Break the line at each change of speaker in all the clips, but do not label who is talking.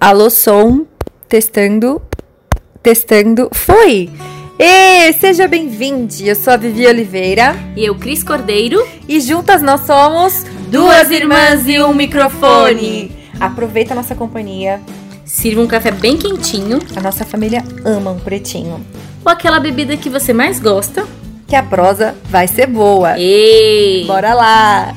Alô, som. Testando. Testando. Foi! E seja bem-vindo! Eu sou a Vivi Oliveira
E eu, Cris Cordeiro.
e juntas nós somos
Duas irmãs e um microfone.
Aproveita a nossa companhia.
Sirva um café bem quentinho,
A nossa família ama um pretinho.
ou aquela bebida que você mais gosta.
Que a prosa vai ser boa.
Ei!
Bora lá!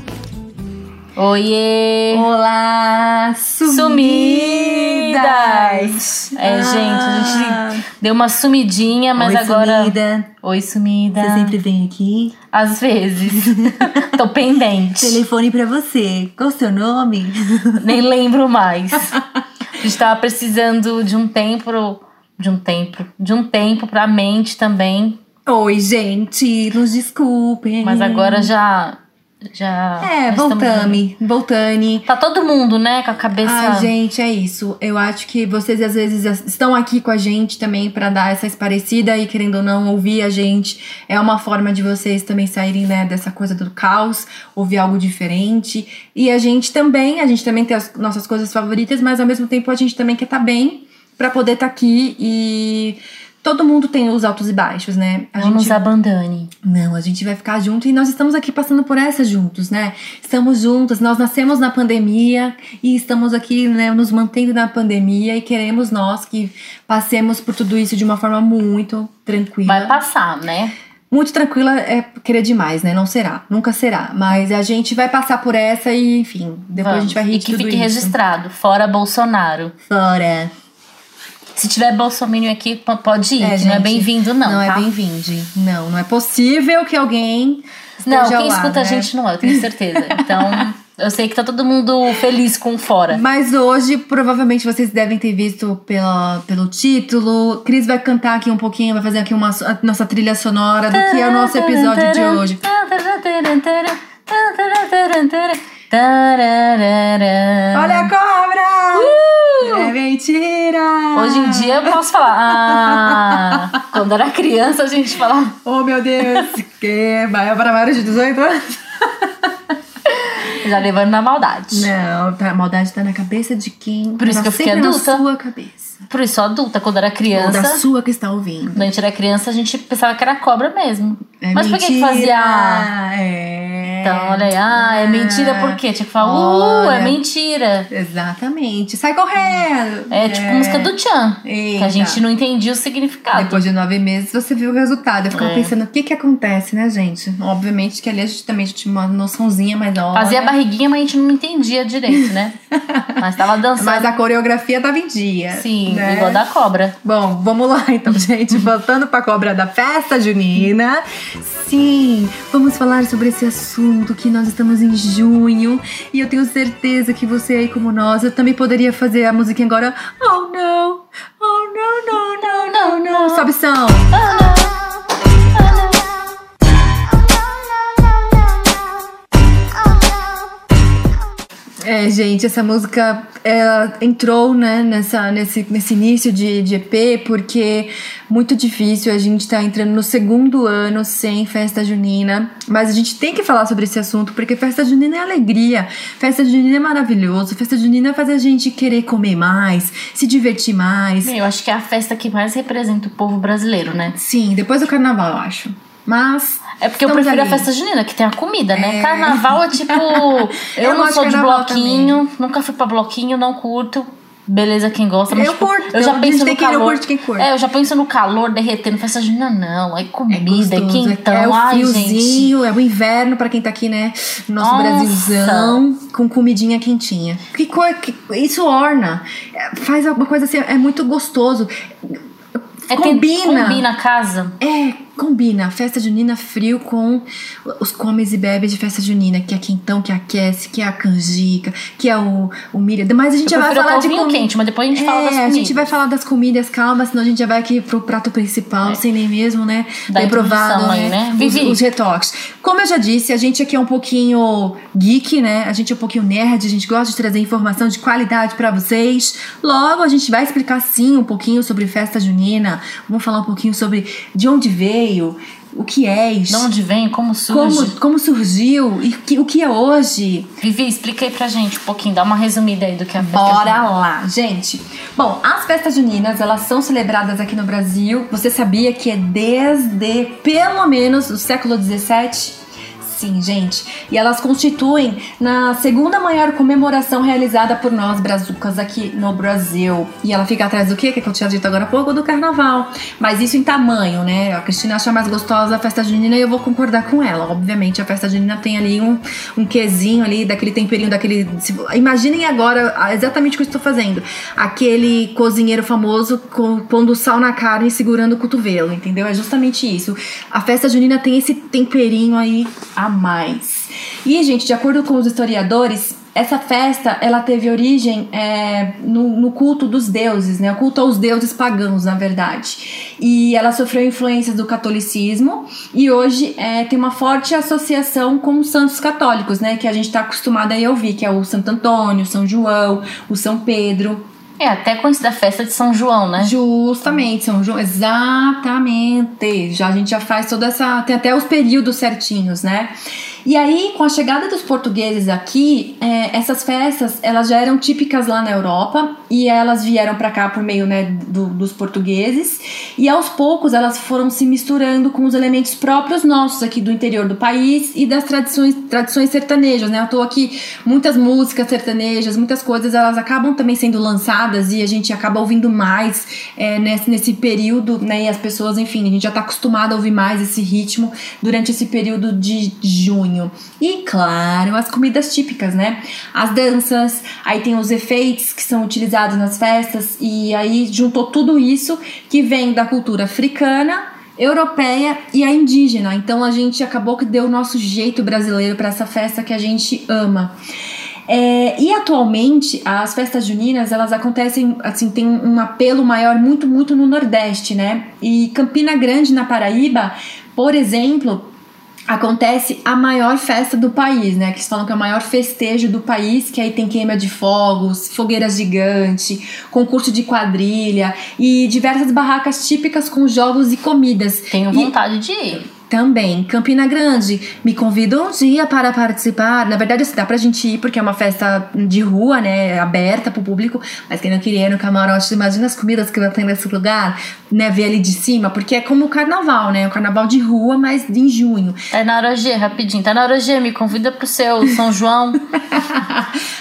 Oiê!
Olá,
Sumidas!
sumidas!
Ah.
É, gente, a gente deu uma sumidinha, mas
Oi,
agora.
Sumida.
Oi, sumida.
Você sempre vem aqui.
Às vezes. Tô pendente.
Telefone pra você. Qual o seu nome?
Nem lembro mais. A gente tava precisando de um tempo. De um tempo. De um tempo pra mente também.
Oi, gente, nos desculpem.
Mas agora já. Já.
É,
já estamos-
voltame, voltane.
Tá todo mundo, né? Com a cabeça.
Ai, gente, é isso. Eu acho que vocês às vezes as- estão aqui com a gente também pra dar essa esparecida e querendo ou não ouvir a gente. É uma forma de vocês também saírem, né, dessa coisa do caos, ouvir algo diferente. E a gente também, a gente também tem as nossas coisas favoritas, mas ao mesmo tempo a gente também quer estar bem pra poder estar aqui e todo mundo tem os altos e baixos, né? A
não nos
gente
abandone.
não, a gente vai ficar junto e nós estamos aqui passando por essa juntos, né? Estamos juntas, nós nascemos na pandemia e estamos aqui, né, nos mantendo na pandemia e queremos nós que passemos por tudo isso de uma forma muito tranquila.
Vai passar, né?
Muito tranquila é querer demais, né? Não será, nunca será. Mas a gente vai passar por essa e, enfim, depois a gente vai rir
E
de
que
tudo
fique
isso.
registrado. Fora Bolsonaro.
Fora.
Se tiver Bolsonaro aqui, p- pode ir,
É,
que não é
gente,
bem-vindo, não.
Não, é
tá?
bem-vinde. Não, não é possível que alguém
Não,
esteja
quem
lá,
escuta a
né?
gente não é, eu tenho certeza. Então, eu sei que tá todo mundo feliz com o fora.
Mas hoje, provavelmente, vocês devem ter visto pela, pelo título. Cris vai cantar aqui um pouquinho, vai fazer aqui uma so- a nossa trilha sonora do que é o nosso episódio de hoje. Olha a cobra! É mentira!
Uh! Hoje em dia eu posso falar. Ah, quando era criança a gente falava.
Oh, meu Deus! que maior para maiores de 18 anos?
Já levando na maldade.
Não, tá- a maldade tá na cabeça de quem?
Por isso
tá
que eu fiquei
sempre
adulta.
na sua cabeça.
Por isso, adulta, quando era
Ou da
criança.
sua que está ouvindo.
Quando a gente era criança, a gente pensava que era cobra mesmo.
É
Mas por que que
mentira.
fazia?
É.
Então, olha aí, ah, é mentira por quê? Tinha que falar, uh, é
Olha.
mentira.
Exatamente. Sai correndo!
É tipo música do Tchan. Que
Eita.
a gente não entendia o significado.
Ah, Depois de nove meses você viu o resultado. Eu ficava
É.
pensando o que que acontece, né, gente? Obviamente que ali a gente também tinha uma noçãozinha, mas olha...
Fazia barriguinha, mas a gente não entendia direito, né? mas tava dançando.
Mas a coreografia tava em dia.
Sim,
né?
igual da cobra.
Bom, vamos lá então, gente. Voltando pra cobra da festa junina. Sim, vamos falar sobre esse assunto que nós estamos em junho. E eu tenho certeza que você aí, como nós, eu também poderia fazer a musiquinha agora. Oh, não! Oh, não, não, não, não, não! Sobe som! É, gente, essa música ela entrou né, nessa, nesse, nesse início de, de EP porque muito difícil a gente tá entrando no segundo ano sem festa junina. Mas a gente tem que falar sobre esse assunto porque festa junina é alegria, festa junina é maravilhoso, festa junina faz a gente querer comer mais, se divertir mais.
Meu, eu acho que é a festa que mais representa o povo brasileiro, né?
Sim, depois do carnaval, eu acho. Mas
É porque eu
Estamos
prefiro
ali.
a festa junina, que tem a comida, né?
É.
Carnaval é tipo. Eu,
Eu
não
gosto
sou
de
de
carnaval
bloquinho, nunca fui pra bloquinho, não curto. Beleza, quem gosta, mas.
Eu
tipo,
curto,
Eu já
a gente
penso
tem
no
que ir, eu
calor.
curto quem curte.
É, eu já penso no calor derretendo. Festa junina, não. É comida, é,
gostoso,
quentão.
É o
Ai, gente.
friozinho, é o inverno pra quem tá aqui, né? no Nosso
Nossa.
Brasilzão, com comidinha quentinha. Que coisa, que, isso orna. É, Faz alguma coisa assim, é muito gostoso.
É, tem-
combina.
combina a casa.
É, combina. Festa junina frio com os comes e bebes de festa junina, que é quentão, que aquece, que é a canjica, que é o, o milho. Mas a gente já
Eu
vai
prefiro
falar de
polvinho
comi-
quente, mas depois a gente
é,
fala das
a
comidas.
gente vai falar das comidas, calma, senão a gente já vai aqui pro prato principal, sem nem mesmo, né?
É. Da
bem provado,
introdução aí, né?
Os,
Vivi.
os retoques. Como eu já disse, a gente aqui é um pouquinho geek, né? A gente é um pouquinho nerd, a gente gosta de trazer informação de qualidade pra vocês. Logo, a gente vai explicar sim um pouquinho sobre festa junina, vamos falar um pouquinho sobre de onde veio, o que és,
De onde vem, como surge.
como, como surgiu e que- o que é hoje.
Vivi, explica aí pra gente um pouquinho, dá uma resumida aí do que é a festa.
Bora lá, assim, gente. Bom, as festas juninas, elas são celebradas aqui no Brasil. Você sabia que é desde pelo menos o século 17? Sim, gente. E elas constituem na segunda maior comemoração realizada por nós brazucas aqui no Brasil. E ela fica atrás do quê? Que eu tinha dito agora há pouco, do carnaval. Mas isso em tamanho, né? A Cristina acha mais gostosa a festa junina e eu vou concordar com ela. Obviamente, a festa junina tem ali um, um quezinho ali, daquele temperinho, daquele. se- Imaginem agora ah, exatamente o que eu estou fazendo. Aquele cozinheiro famoso com, pondo sal na carne e segurando o cotovelo, entendeu? É justamente isso. A festa junina tem esse temperinho aí a mais. E, gente, de acordo com os historiadores, essa festa ela teve origem é, no, no culto dos deuses, né? O culto aos deuses pagãos, na verdade. E ela sofreu influências do catolicismo e hoje é, tem uma forte associação com os santos católicos, né? Que a gente está acostumada a ouvir, que é o Santo Antônio, São João, o São Pedro.
É, até antes da festa de São João, né?
Justamente, São João, exatamente. Já a gente já faz toda essa, tem até os períodos certinhos, né? E aí, com a chegada dos portugueses aqui, é, essas festas elas já eram típicas lá na Europa e elas vieram pra cá por meio né, do- dos portugueses e aos poucos elas foram se misturando com os elementos próprios nossos aqui do interior do país e das tradições, tradições sertanejas, né? Eu tô aqui, muitas músicas sertanejas, muitas coisas, elas acabam também sendo lançadas e a gente acaba ouvindo mais é, nesse, nesse período, né? E as pessoas, enfim, a gente já tá acostumado a ouvir mais esse ritmo durante esse período de junho. E claro, as comidas típicas, né? As danças, aí tem os efeitos que são utilizados nas festas, e aí juntou tudo isso que vem da cultura africana europeia e a indígena. Então a gente acabou que deu o nosso jeito brasileiro para essa festa que a gente ama. É, e atualmente as festas juninas elas acontecem assim tem um apelo maior muito muito no Nordeste, né? E Campina Grande na Paraíba, por exemplo, acontece a maior festa do país, né? Que eles falam que é o maior festejo do país, que aí tem queima de fogos, fogueiras gigante, concurso de quadrilha e diversas barracas típicas com jogos e comidas.
Tenho
E-
vontade de ir.
também, Campina Grande, me convidou um dia para participar. Na verdade, assim, dá pra gente ir porque é uma festa de rua, né? Aberta pro público. Mas quem não queria ir no camarote, imagina as comidas que tem nesse lugar, né? Ver ali de cima, porque é como o carnaval, né? O carnaval de rua, mas em junho.
Tá na hora G, rapidinho. Tá na hora G, me convida pro seu São João.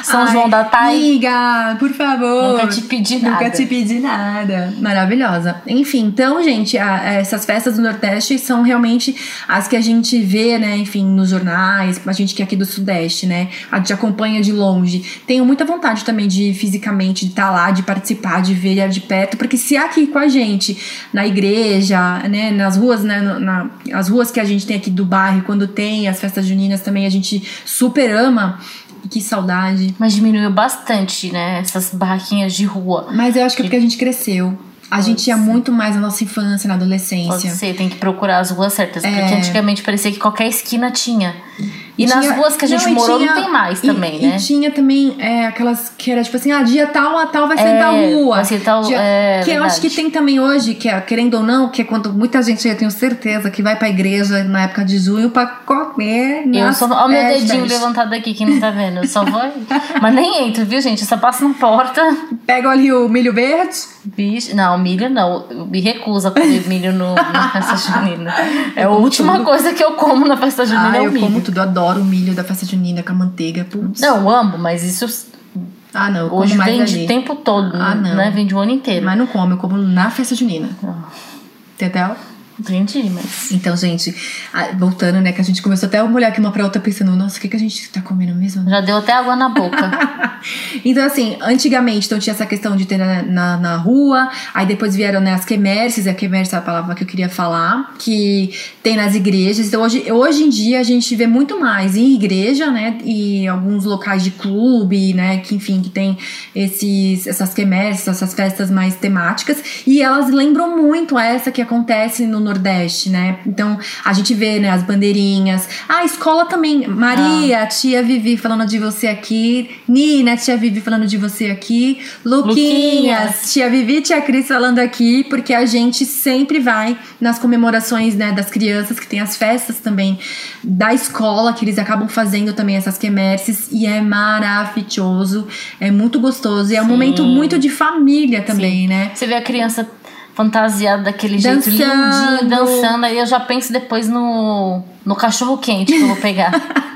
São
Ai,
João da Thay.
Amiga, por favor.
Nunca te pedi nada.
Nunca te pedi nada. Maravilhosa. Enfim, então, gente, a- essas festas do Nordeste são realmente as que a gente vê, né? Enfim, nos jornais, a gente que é aqui do Sudeste, né? A gente acompanha de longe. Tenho muita vontade também de ir fisicamente, de estar lá, de participar, de ver de perto, porque se é aqui com a gente, na igreja, né? Nas ruas, né? no- na- as ruas que a gente tem aqui do bairro, quando tem as festas juninas também, a gente super ama. Que saudade.
Mas diminuiu bastante, né? Essas barraquinhas de rua.
Mas eu acho que é porque a gente cresceu. A
Pode
gente ia
ser.
muito mais na nossa infância, na
Pode
adolescência.
ser, tem que procurar as ruas certas. Porque antigamente parecia que qualquer esquina tinha. E,
É. Tinha-
nas ruas que a gente
Não, e
morou
tinha-
não tem mais
E-
também,
e,
né?
tinha também é, aquelas que era tipo assim, ah, dia tal a tal vai ser da rua.
Assim, tal,
Dia-
é,
que eu acho que
verdade.
tem também hoje, que é, querendo ou não, que é quando muita gente, eu tenho certeza, que vai pra igreja na época de junho pra comer
Eu
nas
só, ó, meu
festas.
dedinho levantado aqui, quem não tá vendo. Eu só vou. aí. Mas nem entro, viu, gente? Eu só passo na porta.
Pega ali o milho verde.
Bicho, não, milho não. Eu me recuso a comer milho no, na festa junina. É a
como
última
tudo.
coisa que eu como na festa junina
Ah,
é o
eu
milho.
como tudo, eu adoro o milho da festa junina com a manteiga. Putz.
Não, eu amo, mas isso
Ah, não, eu como
hoje
mais
vem de
ali.
tempo todo,
Ah, não.
né? Vem de um ano inteiro.
Mas não como, eu como na festa junina.
Ah.
Entendeu?
Entendi, mas.
Então, gente, a- voltando, né, que a gente começou até a olhar aqui uma pra outra pensando, nossa, o que, que a gente tá comendo mesmo?
Já deu até água na boca.
Então, assim, antigamente então, tinha essa questão de ter na, na, na rua, aí depois vieram né, as quermesses, a quermesse é a palavra que eu queria falar, que tem nas igrejas. Então, hoje, hoje em dia a gente vê muito mais em igreja, né? E alguns locais de clube, né? Que, enfim, que tem esses, essas quermesses, essas festas mais temáticas. E elas lembram muito essa que acontece no Nordeste, né? Então a gente vê, né, as bandeirinhas. A escola também. Maria, tia Vivi falando de você aqui. Nina, tia Vivi falando de você aqui. Luquinhas,
Luquinhas.
tia Vivi e tia Cris falando aqui, porque a gente sempre vai nas comemorações, né, das crianças, que tem as festas também da escola, que eles acabam fazendo também essas quermesses. E é maravilhoso. É muito gostoso. E é um
Sim.
momento muito de família também, né?
Você vê a criança fantasiada daquele jeito,
Dançando.
lindinho, dançando. Aí eu já penso depois no, no cachorro quente que eu vou pegar.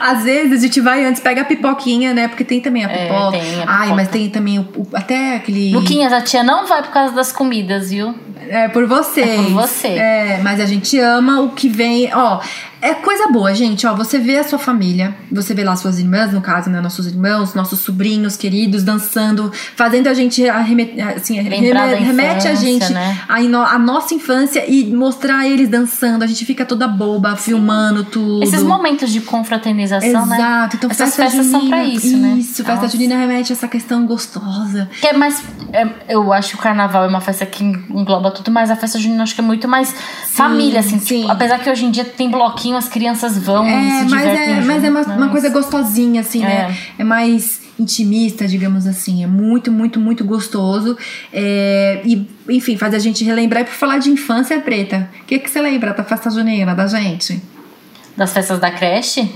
Às vezes a gente vai antes, pega a pipoquinha, né? Porque tem também a
É,
pipoca.
tem a
Ai,
pipoca.
mas tem também o, o- até aquele.
Luquinhas, a tia não vai por causa das comidas, viu?
É por você.
É por você.
É, mas a gente ama o que vem. Ó, é coisa boa, gente. Ó, você vê a sua família, você vê lá suas irmãs, no caso, né? Nossos irmãos, nossos sobrinhos queridos dançando, fazendo a gente arreme- assim,
Lembrar
reme-
da
remete a
infância,
gente
né?
a, ino- a nossa infância e mostrar eles dançando. A gente fica toda boba, filmando tudo.
Esses momentos de confraternização,
Exato,
né?
então
Essas
festa
festas
junina,
são pra isso, né?
Isso, festa
Nossa.
junina remete a essa questão gostosa.
Que é mais. é, eu acho que o carnaval é uma festa que engloba tudo, mas a festa junina acho que é muito mais família, assim.
sim.
Tipo, apesar que hoje em dia tem bloquinho, as crianças vão e
É,
se
mas
divertem.
é,
junto,
mas é uma,
né?
uma coisa gostosinha, assim, né? É mais intimista, digamos assim. É muito, muito, muito gostoso. É, e, enfim, faz a gente relembrar. E por falar de infância preta, o que, que você lembra da festa junina da gente?
Das festas da creche?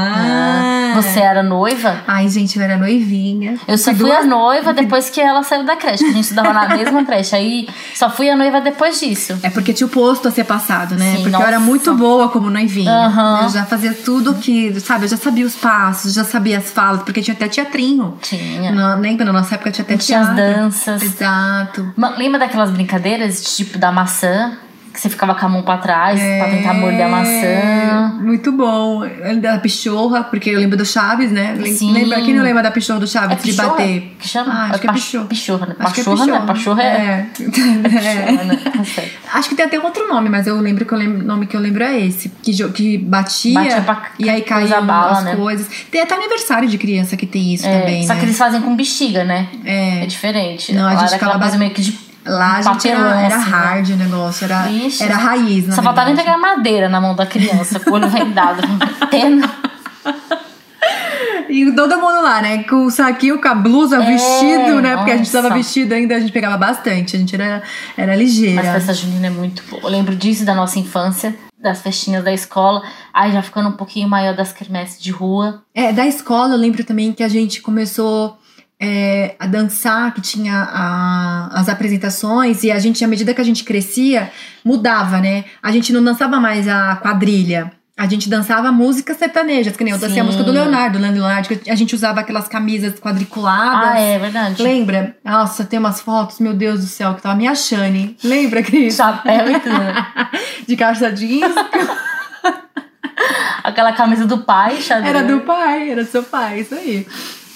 Ah!
Você era noiva?
Ai, gente, eu era noivinha.
Eu só
Fui
fui a
duas-
noiva depois que ela saiu da creche, que a gente estudava na mesma creche. Aí só fui a noiva depois disso.
É porque tinha o posto a ser passado, né?
Sim,
porque eu
nossa.
era muito boa como noivinha.
Aham.
Eu já fazia tudo que, sabe? Eu já sabia os passos, já sabia as falas, porque tinha até teatrinho.
Tinha.
Na, lembra? Na nossa época tinha até
Tinha as
teatro.
danças.
Exato.
Ma- Lembra daquelas brincadeiras, tipo da maçã? Que você ficava com a mão pra trás pra tentar morder a maçã.
É, Muito bom. Da pichorra, porque eu lembro do Chaves, né? Lem-
Sim.
Lembra, quem não lembra da pichorra do Chaves? de
É pichorra?
bater.
Que chama?
Ah, acho que é pichorra.
Pichorra, né?
Acho que é
Pachorra, né? Pachorra é...
É.
Pichorra, né? Tá certo.
Acho que tem até um outro nome, mas eu lembro que o nome que eu lembro é esse. Que, jo- que batia,
Batia pra
e aí
coisa
caíam
bala,
as
né?
coisas. Tem até aniversário de criança que tem isso
É,
também,
só
né?
que eles fazem com bexiga, né?
É.
É diferente.
Não, a
Lá
gente
era aquela
ficava
coisa meio que de...
Lá a gente era,
papelão,
era
assim, né?
hard o negócio, era,
Vixe.
era raiz, né?
Só faltava entregar madeira na mão da criança, com o olho vendado, com pena.
E todo mundo lá, né? Com o saquinho, com a blusa, vestido, né? Porque a gente tava
É, nossa.
vestido ainda, a gente pegava bastante. A gente era, era ligeira.
Mas festa junina é muito boa. Eu lembro disso da nossa infância, das festinhas da escola. Aí já ficando um pouquinho maior das quermesses de rua.
É, da escola eu lembro também que a gente começou é, a dançar, que tinha a- as apresentações, e a gente, à medida que a gente crescia, mudava, né? A gente não dançava mais a quadrilha. A gente dançava músicas sertanejas, que nem eu dancei a
Sim.
música do Leonardo, Leandro Leonardo, que a gente usava aquelas camisas quadriculadas.
Ah, é verdade.
Lembra? Nossa, tem umas fotos, meu Deus do céu, que tava minha Shane. Lembra, Cris?
Chapéu e tudo. né?
De calça jeans.
Aquela camisa do pai, xadrez.
Era do pai, era do seu pai, isso aí.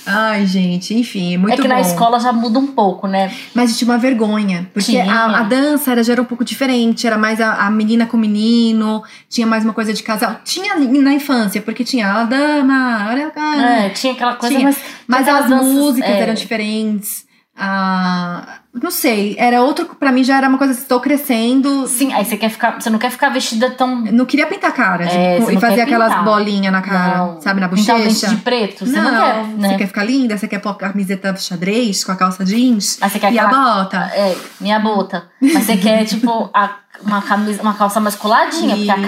Ai, gente, enfim, é muito
É que
bom.
na escola já muda um pouco, né?
Mas tinha uma vergonha. Porque
Tinha.
a, a dança era, já era um pouco diferente. Era mais a, a menina com o menino. Tinha mais uma coisa de casal. Tinha na infância, porque tinha a dama, olha o cara.
É, tinha aquela coisa,
Tinha.
mas.
Mas
aquelas
as
danças,
músicas
é.
eram diferentes. Ah, não sei, era outro. Pra mim já era uma coisa assim, estou crescendo.
Sim, aí você quer ficar. Você não quer ficar vestida tão.
Não queria pintar a cara.
É,
tipo,
você
e
não
fazer
quer
aquelas
pintar.
bolinhas na cara,
não,
sabe? Na
pintar o
bochecha.
dente de preto. Você não, quer, né?
Você quer ficar linda? Você quer pôr a camiseta xadrez com a calça jeans?
Aí você quer
e a
aquela-
bota?
É, minha bota. Mas você quer, tipo, a- uma, camisa, uma calça mais coladinha, porque a
Isso.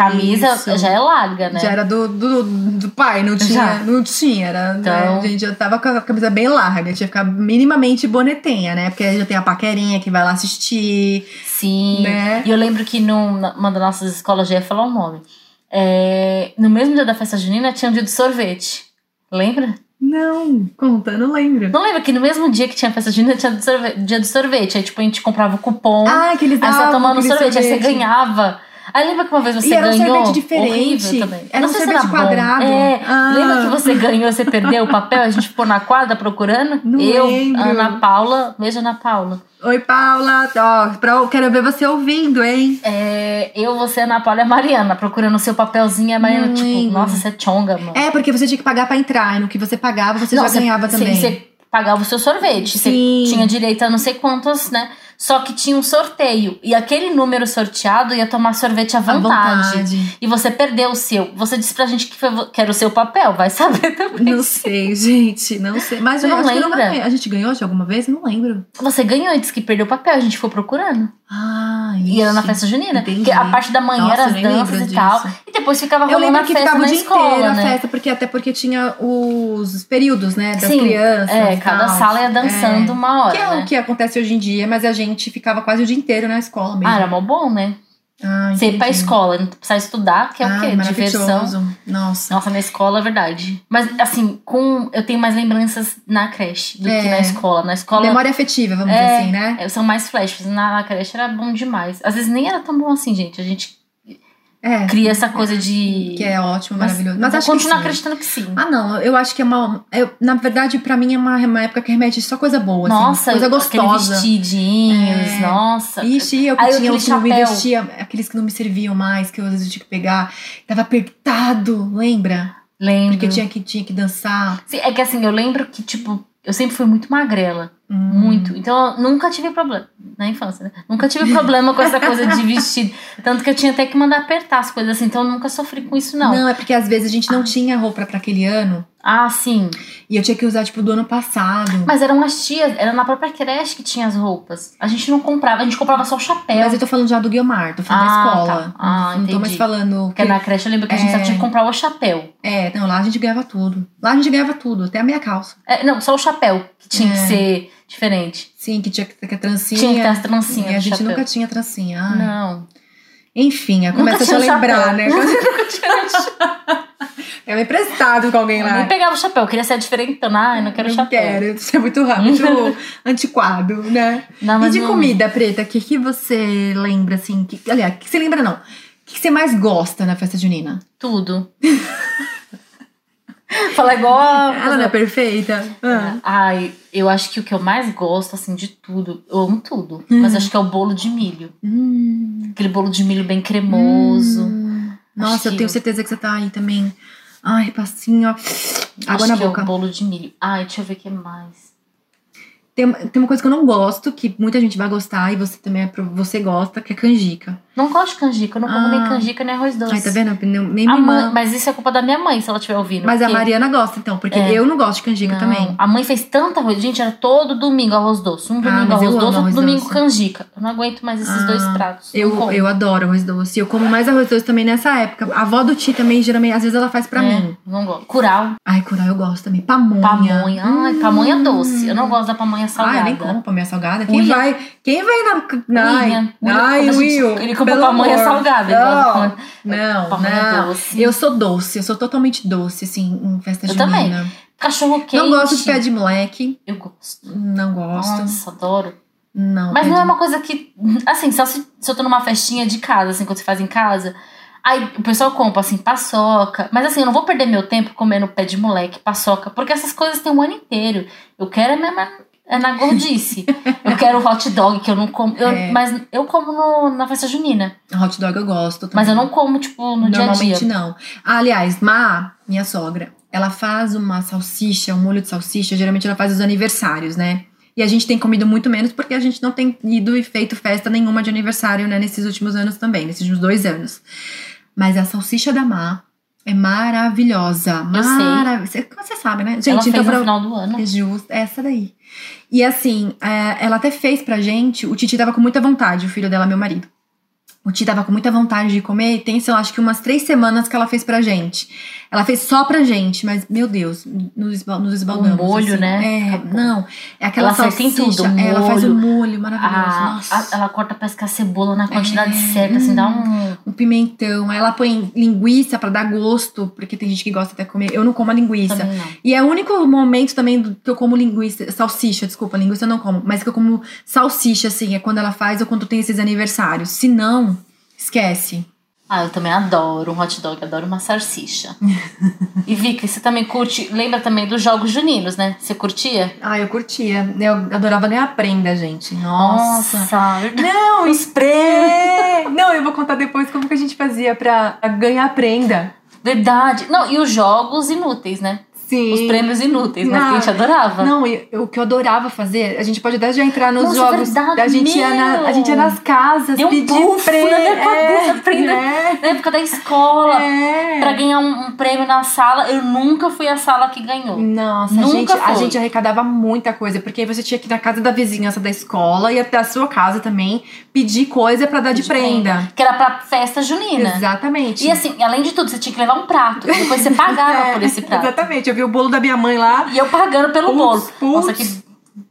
camisa já é larga, né?
Já era do, do, do pai, não tinha.
Já.
Não tinha, era.
Então-
né, a gente já tava com a camisa bem larga, tinha que ficar minimamente bonetinha, né? Porque aí já tem a paquerinha que vai lá assistir.
Sim.
Né?
E eu lembro que num- numa das nossas escolas já ia falar o nome. É, no mesmo dia da festa junina tinha um dia do sorvete. Lembra?
Não, conta, não lembro.
Não lembra que no mesmo dia que tinha festa junina tinha do sorve- dia do sorvete. Aí, tipo, a gente comprava o cupom.
Ah, que eles
Aí você
davam
tá tomando
aquele
sorvete, aí você ganhava. Aí lembra que uma vez você
E era um
ganhou?
sorvete diferente.
Horrível também.
Era
Não
um
sei se
sorvete
bom.
quadrado.
É.
Ah.
Lembra que você ganhou, você perdeu o papel, a gente ficou na quadra procurando?
Não
Eu,
lembro.
Ana Paula, beijo Ana Paula.
Oi, Paula. Ó, pra- quero ver você ouvindo, hein?
É, eu, você, Ana Paula e a Mariana, procurando o seu papelzinho. E a Mariana,
Não
tipo,
lembro.
nossa, você é chonga, mano.
É, porque você tinha que pagar pra entrar. E no que você pagava, você
Não,
já ganhava
você,
também.
Você pagava o seu sorvete.
Sim.
Você tinha direito a não sei quantas, né? Só que tinha um sorteio. E aquele número sorteado ia tomar sorvete à vontade.
vontade.
E você perdeu o seu. Você disse pra gente que, foi, vo- que era o seu papel, vai saber também.
Não sei, gente, não sei. Mas
Você
eu
não
acho que
lembra?
ganhei. a gente ganhou de alguma vez? Não lembro.
Você ganhou e disse que perdeu o papel, a gente foi procurando.
Ah,
E era na
ixi.
festa junina.
entendi.
Porque a parte da manhã
Nossa,
era
eu
as
nem lembro
danças e
disso.
tal. E depois ficava
Eu
rolando a
lembro que
festa
ficava o
na
dia inteiro
escola,
a
né?
festa, porque até porque tinha os períodos, né? Das
Sim,
crianças.
É,
e
cada
tal.
sala ia dançando
É.
uma hora,
Que é
né?
o que acontece hoje em dia, mas a gente ficava quase o dia inteiro na escola mesmo.
Ah, era mó bom, né?
Ah,
Você ir pra
entendi.
escola, não precisar estudar, que é
Ah,
o quê? Diversão.
maravilhoso. Nossa.
Nossa, na escola é verdade. Mas, assim, com eu tenho mais lembranças na creche do que
É.
na escola. Na escola
Memória afetiva, vamos
É.
dizer assim, né?
é, são mais flashes. Na, na creche era bom demais. Às vezes nem era tão bom assim, gente. A gente
É.
cria essa coisa de.
Que é ótimo, maravilhoso. Mas
eu
acho
continuo
que sim.
acreditando que sim.
Ah, não, eu acho que é uma. eu- na verdade, pra mim é uma, uma época que remete só coisa boa. assim,
nossa,
coisa
aquele
gostosa.
vestidinhos,
É.
nossa.
Ixi, eu que
Aí eu
tinha
aquele
os que não me
chapéu.
vestia, aqueles que não me serviam mais, que eu às vezes eu tinha que pegar. Tava apertado, lembra?
Lembro.
Porque tinha que, tinha que dançar.
Sim, é que assim, eu lembro que, tipo, eu sempre fui muito magrela.
Hum.
Muito. Então, eu nunca tive problema. Na infância, né? Nunca tive problema com essa coisa de vestido. Tanto que eu tinha até que mandar apertar as coisas assim. Então, eu nunca sofri com isso, não.
Não. é porque às vezes a gente não tinha roupa pra aquele ano
Ah, sim.
e eu tinha que usar, tipo, do ano passado. Mas,
Mas eram as tias. Era na própria creche que tinha as roupas. A gente não comprava. A gente comprava só o chapéu.
eu tô falando já do Guilmar, tô falando
é um Ah,
da escola.
tá. Ah,
não tô
entendi.
mais falando.
Porque na creche eu lembro que a gente só tinha que comprar o chapéu.
É, não, lá a gente ganhava tudo. Lá a gente ganhava tudo, até a meia calça.
É, não, só o chapéu que tinha que
É.
ser diferente.
Sim, que tinha que ter a trancinha.
Tinha que ter as
Sim,
trancinhas
a
do
gente
chapéu.
nunca tinha trancinha. Ai.
Não.
Enfim,
Nunca
começa a
tinha
te
um
lembrar,
chapéu.
né?
Nunca tinha um chapéu.
Era emprestado com alguém
Eu
lá.
nem pegava o chapéu. Eu queria ser diferentona. Ai, não quero
não
chapéu.
quero, isso é muito ra- muito antiquado, né?
Não,
e
Ah, mas
de
não-
comida preta, o que, que você lembra, assim? Que, aliás, o que você lembra, não? O que, que você mais gosta na festa junina?
Tudo. Fala igual. a-
Ela não é perfeita? Ah.
Ai, eu acho que o que eu mais gosto, assim, de tudo, eu amo tudo,
Uhum.
mas acho que é o bolo de milho.
Hum.
Aquele bolo de milho bem cremoso.
Hum. Nossa,
Acho
eu
que-
tenho certeza que você tá aí também. Ai, passinho, ó. Água
acho
na
que é
boca.
o bolo de milho. Ai, deixa eu ver o que mais.
Tem, tem uma coisa que eu não gosto, que muita gente vai gostar, e você também é pro- você gosta, que é canjica.
Não gosto de canjica, eu não como
Ah.
nem canjica nem arroz doce.
Ai, tá vendo? Nem nem
A
minha
mãe-
irmã.
mas isso é culpa da minha mãe, se ela estiver ouvindo.
Mas a
porque-
Mariana gosta, então, porque
É.
eu não gosto de canjica
Não,
também.
A mãe fez tanta arroz. Gente, era todo domingo arroz doce. Um domingo
Ah, mas eu
arroz
amo
doce,
arroz
outro domingo
doce.
canjica. Eu não aguento mais esses
Ah,
dois pratos. Não
Eu,
como.
eu adoro arroz doce. Eu como mais arroz doce também nessa época. A avó do Ti também, geralmente, às vezes ela faz pra
É,
mim.
Não gosto. Curau.
Ai, curar eu gosto também. Pamonha.
Pamonha. Ai, pamonha
Hum.
doce. Eu não gosto da pamonha salgada.
Ai, eu nem como pamonha salgada. Quem
William.
vai? Quem vai na. na
William. William,
Ai,
quando a gente-
Will.
Ele comprou
pelo
pamonha
amor.
salgada. ele gosta
Não,
de pamonha-
não.
pamonha
não.
doce.
Eu sou doce. Eu sou totalmente doce, assim, em festa
Eu
junina.
também. Cachorro quente.
Não gosto de pé de moleque.
Eu gosto.
Não gosto.
Nossa, adoro.
Não.
Mas
pé
não é
de-
uma coisa que. Assim, só se, se eu tô numa festinha de casa, assim, quando você faz em casa. Aí o pessoal compra, assim, paçoca. Mas assim, eu não vou perder meu tempo comendo pé de moleque, paçoca, porque essas coisas têm um ano inteiro. Eu quero é mesmo. É na gordice. eu quero hot dog, que eu não como. eu-
É.
Mas eu como no- na festa junina.
Hot dog eu gosto.
Mas eu
também.
não como, tipo, no dia a dia.
Normalmente não. Ah, aliás, Ma, minha sogra, ela faz uma salsicha, um molho de salsicha. Geralmente ela faz os aniversários, né? E a gente tem comido muito menos porque a gente não tem ido e feito festa nenhuma de aniversário, né? Nesses últimos anos também, nesses últimos dois anos. Mas a salsicha da Ma é maravilhosa.
Eu sei.
Maravilhosa. Você sabe, né? Gente,
Ela fez um
então
no
pra,
final do ano.
é justo, é essa daí. E assim, é, ela até fez pra gente, o Titi tava com muita vontade, o filho dela, meu marido. O Titi tava com muita vontade de comer, e tem, sei lá, acho que umas três semanas que ela fez pra gente. Ela fez só pra gente, mas, meu Deus, nos, esba- nos esbaldamos.
Um molho,
assim.
né?
É,
Fica bom.
não. É aquela
Ela faz-
salsicha.
tem tudo,
é, ela faz o molho maravilhoso.
A-
nossa.
a- ela corta pra ficar cebola na quantidade
É.
certa, assim, dá
Hum.
um.
um pimentão. Aí ela põe linguiça pra dar gosto, porque tem gente que gosta até de comer. Eu não como a linguiça.
Também não.
E é o único momento também do- que eu como linguiça, salsicha, desculpa, linguiça eu não como, mas que eu como salsicha, assim, é quando ela faz ou quando tem esses aniversários. Se não, esquece.
Ah, eu também adoro um hot dog, adoro uma salsicha. e Vicky, você também curte, lembra também dos jogos juninos, né? Você curtia?
Ah, eu curtia. Eu adorava ganhar prenda, gente.
verdade.
Não, um spray! É. não, eu vou contar depois como que a gente fazia pra ganhar prenda.
Verdade. Não, e os jogos inúteis, né?
Sim.
Os prêmios inúteis, mas
Não.
que a gente adorava.
Não, e o que eu adorava fazer, a gente pode até já entrar nos
Nossa,
jogos.
verdade,
a, gente ia na-
meu!
a gente ia nas casas,
Deu um
pedir
puff
prêmio.
na minha cabeça,
é,
prenda-
né?
Na época da escola,
É.
pra ganhar um, um prêmio na sala, eu nunca fui a sala que
Hum.
ganhou.
Nossa, a
Nunca
gente, a
foi.
gente arrecadava muita coisa, porque aí você tinha que ir na casa da vizinhança da escola e da sua casa também pedir coisa pra dar de,
De
prenda.
Que era pra festa junina.
Exatamente.
E assim, além de tudo, você tinha que levar um prato. E depois você pagava
É,
por esse prato.
Exatamente, eu vi o bolo da minha mãe lá.
E eu pagando pelo bolo.
Putz, putz,
Nossa, que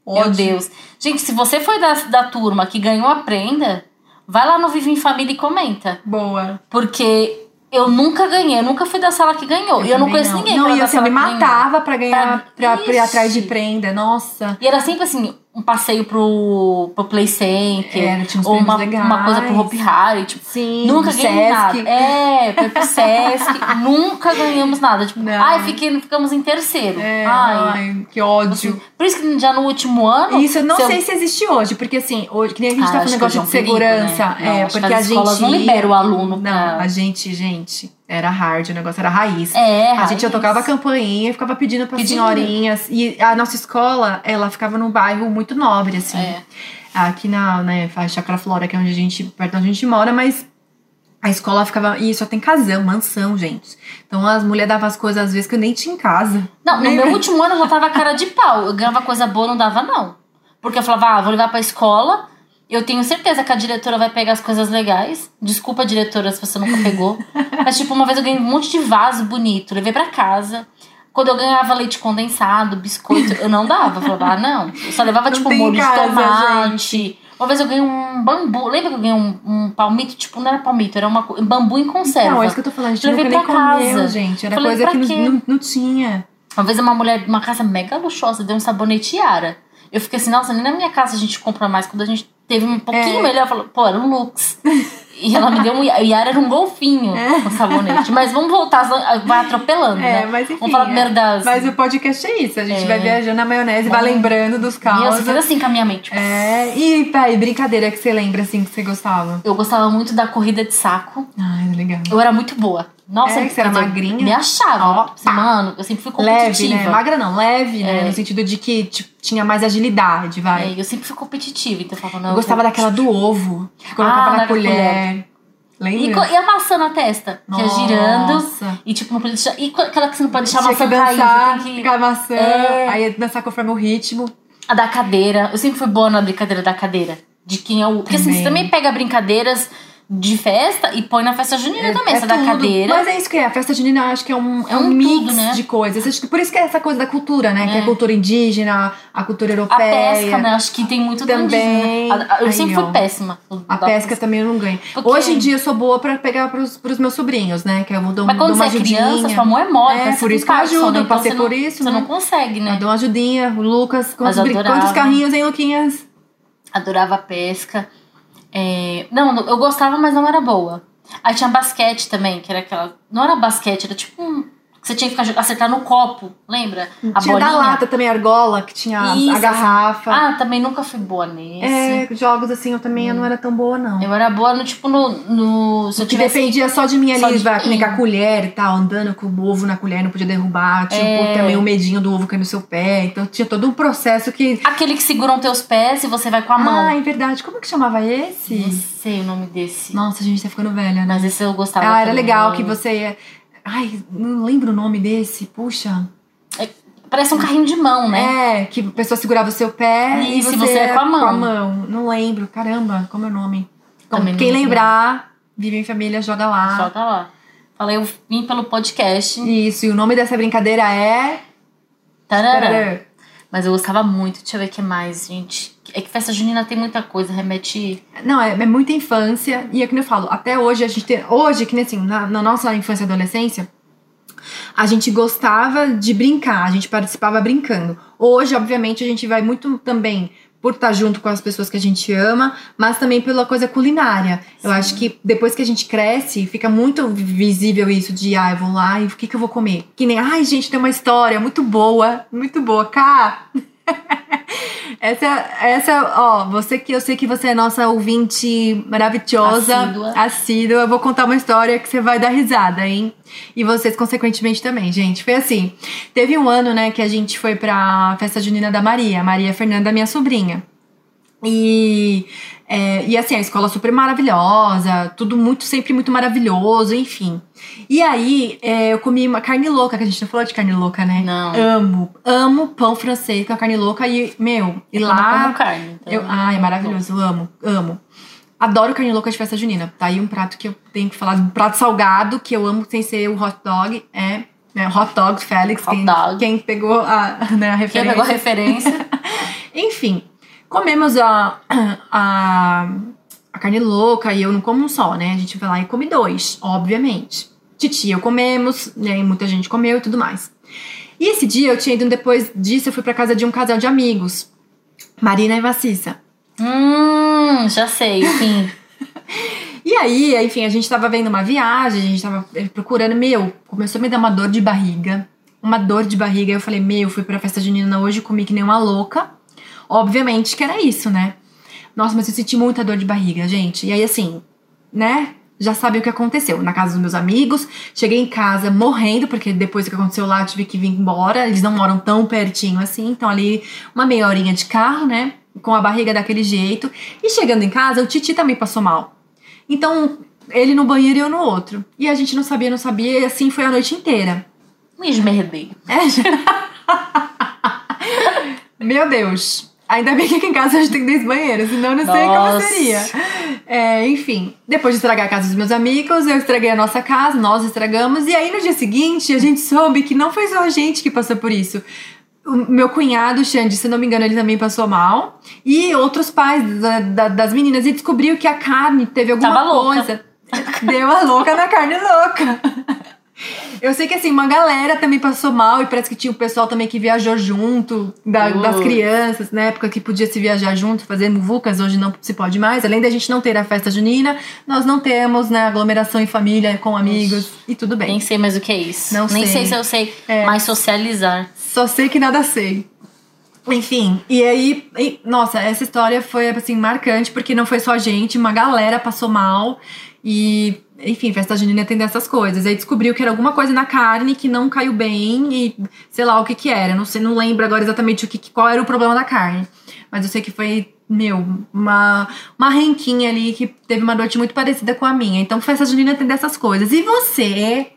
Meu Deus. Gente, se você foi da, da turma que ganhou a prenda, vai lá no Vive em Família e comenta.
Boa.
Porque eu nunca ganhei, eu nunca fui da sala que ganhou. e eu não
também
conheço ninguém que
Não,
era
e
da
assim, eu
sala
me
que ganhou.
matava pra ganhar, pra, pra ir atrás de
Ixi.
prenda. Nossa.
E era sempre assim, um passeio pro, pro Play Center.
Era, É, tinha uns
ou uma,
prêmios
uma coisa
legais.
pro Hopi Hari. Tipo,
Sim.
nunca
do
ganhei nada.
Sesc.
É, foi pro Sesc. nunca ganhamos nada. Tipo,
Não.
ai, fiquei, ficamos em terceiro.
É,
ai.
ai, que ódio.
assim, por isso que já no último ano.
Isso eu não
se eu-
sei se existe hoje, porque assim, hoje, que nem a gente
Ah,
tá
acho
falando
que hoje
negócio
é um
de
perigo,
segurança.
né? Não,
é,
acho que
porque
as
a gente.
escolas não liberam o aluno
Não,
pra-
a gente, gente, era hard, o negócio era raiz.
É,
A gente já
raiz.
tocava a campainha, ficava pedindo para
Pedindo.
senhorinhas. E a nossa escola, ela ficava num bairro muito nobre, assim.
É.
Aqui na né, a Chacra Flora, que é onde a gente, perto de onde a gente mora, mas a escola ficava. E só tem casão, mansão, gente. Então as mulheres davam as coisas às vezes que eu nem tinha em casa.
Não, no
Nem-
meu último ano eu já tava cara de pau. Eu ganhava coisa boa, não dava, não. Porque eu falava, ah, vou levar pra escola. Eu tenho certeza que a diretora vai pegar as coisas legais. Desculpa, diretora, se você nunca pegou. Mas, tipo, uma vez eu ganhei um monte de vaso bonito, levei pra casa. Quando eu ganhava leite condensado, biscoito, eu não dava. Eu falava, ah, não. Eu só levava,
Não
tipo,
tem em
molho
casa,
de tomate. Uma vez eu ganhei um bambu. Lembra que eu ganhei um, um palmito? Tipo, não era palmito, era uma, co- bambu em conserva.
Não, é isso que eu tô falando. A gente
Levei
nunca nem
pra
comeu,
casa.
gente. Era
Falei,
coisa
pra
que
quê?
não, não, não tinha.
Uma vez uma mulher de uma casa mega luxuosa deu um sabonete Yara. Eu fiquei assim, nossa, nem na minha casa a gente compra mais. Quando a gente teve um pouquinho
É.
melhor, falou, pô, era um Lux. E ela me deu um Yara. O Yara era um golfinho
É.
com sabonete. Mas vamos voltar, senão vai atropelando, né?
mas enfim.
Vamos falar primeiro das...
É, Mas o podcast é isso. A gente
É.
vai viajando na maionese, vai
Vamos.
lembrando dos
E eu só fiz
causos.
assim com a minha mente. tipo,
né? É, e pai, brincadeira que você lembra assim que você gostava.
Eu gostava muito da corrida de saco.
Ai, legal.
Eu era muito boa. Nossa,
É, que você era
quer dizer,
magrinha?
Me achava.
Ó,
Tipo assim, Mano, eu sempre fui
Leve,
competitiva.
né? Magra não, leve, né? No sentido de que tipo, tinha mais agilidade, vai.
É, eu sempre fui competitiva, então eu falava, não.
Eu gostava
vou-
daquela do ovo, que colocava
Ah,
na
da
colher.
colher. E, co-
Lembra?
e a maçã na testa, que é girando.
Nossa.
E tipo, não pode deixar. E co- aquela que você não pode deixar a
Tinha que
maçã cair,
dançar,
você tem que.
ficar maçã,
É.
aí ia dançar conforme o ritmo.
A da cadeira. Eu sempre fui boa na brincadeira da cadeira. De quem é o. Porque assim,
Também.
você também pega brincadeiras de festa e põe na festa junina também. Essa da
É, tudo.
cadeira.
Mas é isso que é. A festa junina eu acho que é um, é um,
um tudo,
mix
né?
de coisas. Acho que Por isso que é essa coisa da cultura, né? Que é
É.
a cultura indígena, a cultura
A
europeia.
pesca, né? Acho que tem muito
Também.
dandismo, né? A- a- Eu
Aí,
sempre
ó.
fui péssima.
A
Da-
pesca também eu não ganho.
Porque-
Hoje em dia eu sou boa pra pegar pros, pros meus sobrinhos, né? Que eu dou,
Mas quando
dou
você
uma
é
ajudinha.
criança, sua mão é mole.
É,
parece
por
que
isso que eu
Parkinson,
ajudo, eu
então
passei
você não-
por isso,
Você
né?
não consegue,
Eu
né?
dou uma ajudinha. O Lucas,
Mas
quantos,
eu
brin-
adorava.
quantos carrinhos, hein, Luquinhas?
Adorava pesca. É, Não, eu gostava, mas não era boa. Aí tinha basquete também, que era aquela. Não era basquete, era tipo um. que você tinha que ficar jo- acertar no copo, lembra? A
Hum, tinha da
bolinha.
lata também, a argola, que tinha a- a
Isso.
garrafa.
Ah, também nunca fui boa nesse.
é, jogos assim, eu também eu não era tão boa, não.
Hum. Eu era boa no tipo no. no- se eu
que
tivesse.
dependia só de mim
só
ali,
de
vai, que nem
mim.
com a colher e tal, andando com o ovo na colher, não podia derrubar, tinha um
É.
pouco também o medinho do ovo cair no seu pé, então tinha todo um processo que...
Aquele que seguram teus pés e você vai com a mão.
Ah, é verdade, como que chamava esse?
Não sei o nome desse.
Nossa, a gente tá ficando velha, né?
Mas esse eu gostava.
Ah, era
também.
legal que você ia... Ai, não lembro o nome desse, puxa.
Parece um carrinho de mão, né?
É, que a pessoa segurava o seu pé e,
E se você ia com a mão.
Não lembro, caramba, como é o nome? Bom,
Também não
quem
lembro.
lembrar, vive em família, joga lá.
Só tá lá. Falei, eu vim pelo podcast.
Isso, e o nome dessa brincadeira é...
Tarará.
Tarará.
Mas eu gostava muito. Deixa eu ver o que mais, gente. É que festa junina tem muita coisa, remete.
Não, é, é muita infância. E é que nem eu falo, até hoje a gente tem. Hoje, que nem assim, na, na nossa infância e adolescência, a gente gostava de brincar, a gente participava brincando. Hoje, obviamente, a gente vai muito também por estar junto com as pessoas que a gente ama, mas também pela coisa culinária. Eu acho que depois que a gente cresce, fica muito visível isso de, ah, eu vou lá e o que, que eu vou comer? Que nem, ai, gente, tem uma história muito boa, muito boa. Cá, Essa, essa, ó, você que eu sei que você é nossa ouvinte maravilhosa,
Assídua.
assídua, eu vou contar uma história que você vai dar risada, hein? E vocês, consequentemente, também, gente. Foi assim: teve um ano, né, que a gente foi pra festa junina da Maria, Maria Fernanda, minha sobrinha. E, é, e assim, a escola super maravilhosa, tudo muito, sempre muito maravilhoso, enfim. E aí, é, eu comi uma carne louca, que a gente não falou de carne louca, né?
Não.
Amo, amo pão francês com a carne louca e, meu, e
Eu não como
lá.
carne. então-
Eu, ai, é maravilhoso, eu amo, amo. Adoro carne louca de festa junina. Tá aí um prato que eu tenho que falar, um prato salgado que eu amo sem ser o hot dog, é. né, hot dog, Félix,
Hot
quem,
dog.
quem pegou a, né, a referência.
Quem pegou a referência?
Enfim, comemos a, a, a carne louca e eu não como um só, né? A gente vai lá e come dois, obviamente. Titi e eu comemos, né? E muita gente comeu e tudo mais. E esse dia eu tinha ido, depois disso, eu fui pra casa de um casal de amigos, Marina e Vacissa.
hum, já sei, sim.
E aí, enfim, a gente tava vendo uma viagem, a gente tava eh, procurando, meu, começou a me dar uma dor de barriga, uma dor de barriga. Eu falei, meu, fui pra festa junina hoje, comi que nem uma louca. Obviamente que era isso, né? Nossa, mas eu senti muita dor de barriga, gente. E aí, assim, né? Já sabe o que aconteceu. Na casa dos meus amigos, cheguei em casa morrendo, porque depois do que aconteceu lá, eu tive que vir embora. Eles não moram tão pertinho assim, então ali uma meia horinha de carro, né? Com a barriga daquele jeito. E chegando em casa, o Titi também passou mal. Então, ele no banheiro e eu no outro. E a gente não sabia, não sabia, e assim foi a noite inteira.
Me esmerdei.
É, já... Meu Deus. Ainda bem que aqui em casa a gente tem dois banheiros, senão eu não sei como
Nossa.
seria. É, enfim, depois de estragar a casa dos meus amigos, eu estraguei a nossa casa, nós estragamos. E aí no dia seguinte a gente soube que não foi só a gente que passou por isso. O meu cunhado, o Xande, se não me engano, ele também passou mal. E outros pais da- da- das meninas. E descobriu que a carne teve alguma
Tava louca.
coisa. Deu a louca na carne louca. Eu sei que assim, uma galera também passou mal e parece que tinha o pessoal também que viajou junto da-
Putz.
das crianças, na época que podia se viajar junto, fazer muvucas, hoje não se pode mais. Além da gente não ter a festa junina, nós não temos, né, aglomeração em família, com amigos e tudo bem.
Nem sei mais o que é isso.
Não
Nem
sei. É.
sei se eu sei mais socializar.
Só sei que nada sei. Enfim, e aí, e- nossa, essa história foi assim marcante porque não foi só a gente, uma galera passou mal e enfim, festa junina tem dessas coisas. Aí descobriu que era alguma coisa na carne que não caiu bem e sei lá o que que era, não sei, não lembro agora exatamente o que que- qual era o problema da carne, mas eu sei que foi meu, uma, uma renquinha ali que teve uma noite muito parecida com a minha. Então, festa junina tem dessas coisas. E você,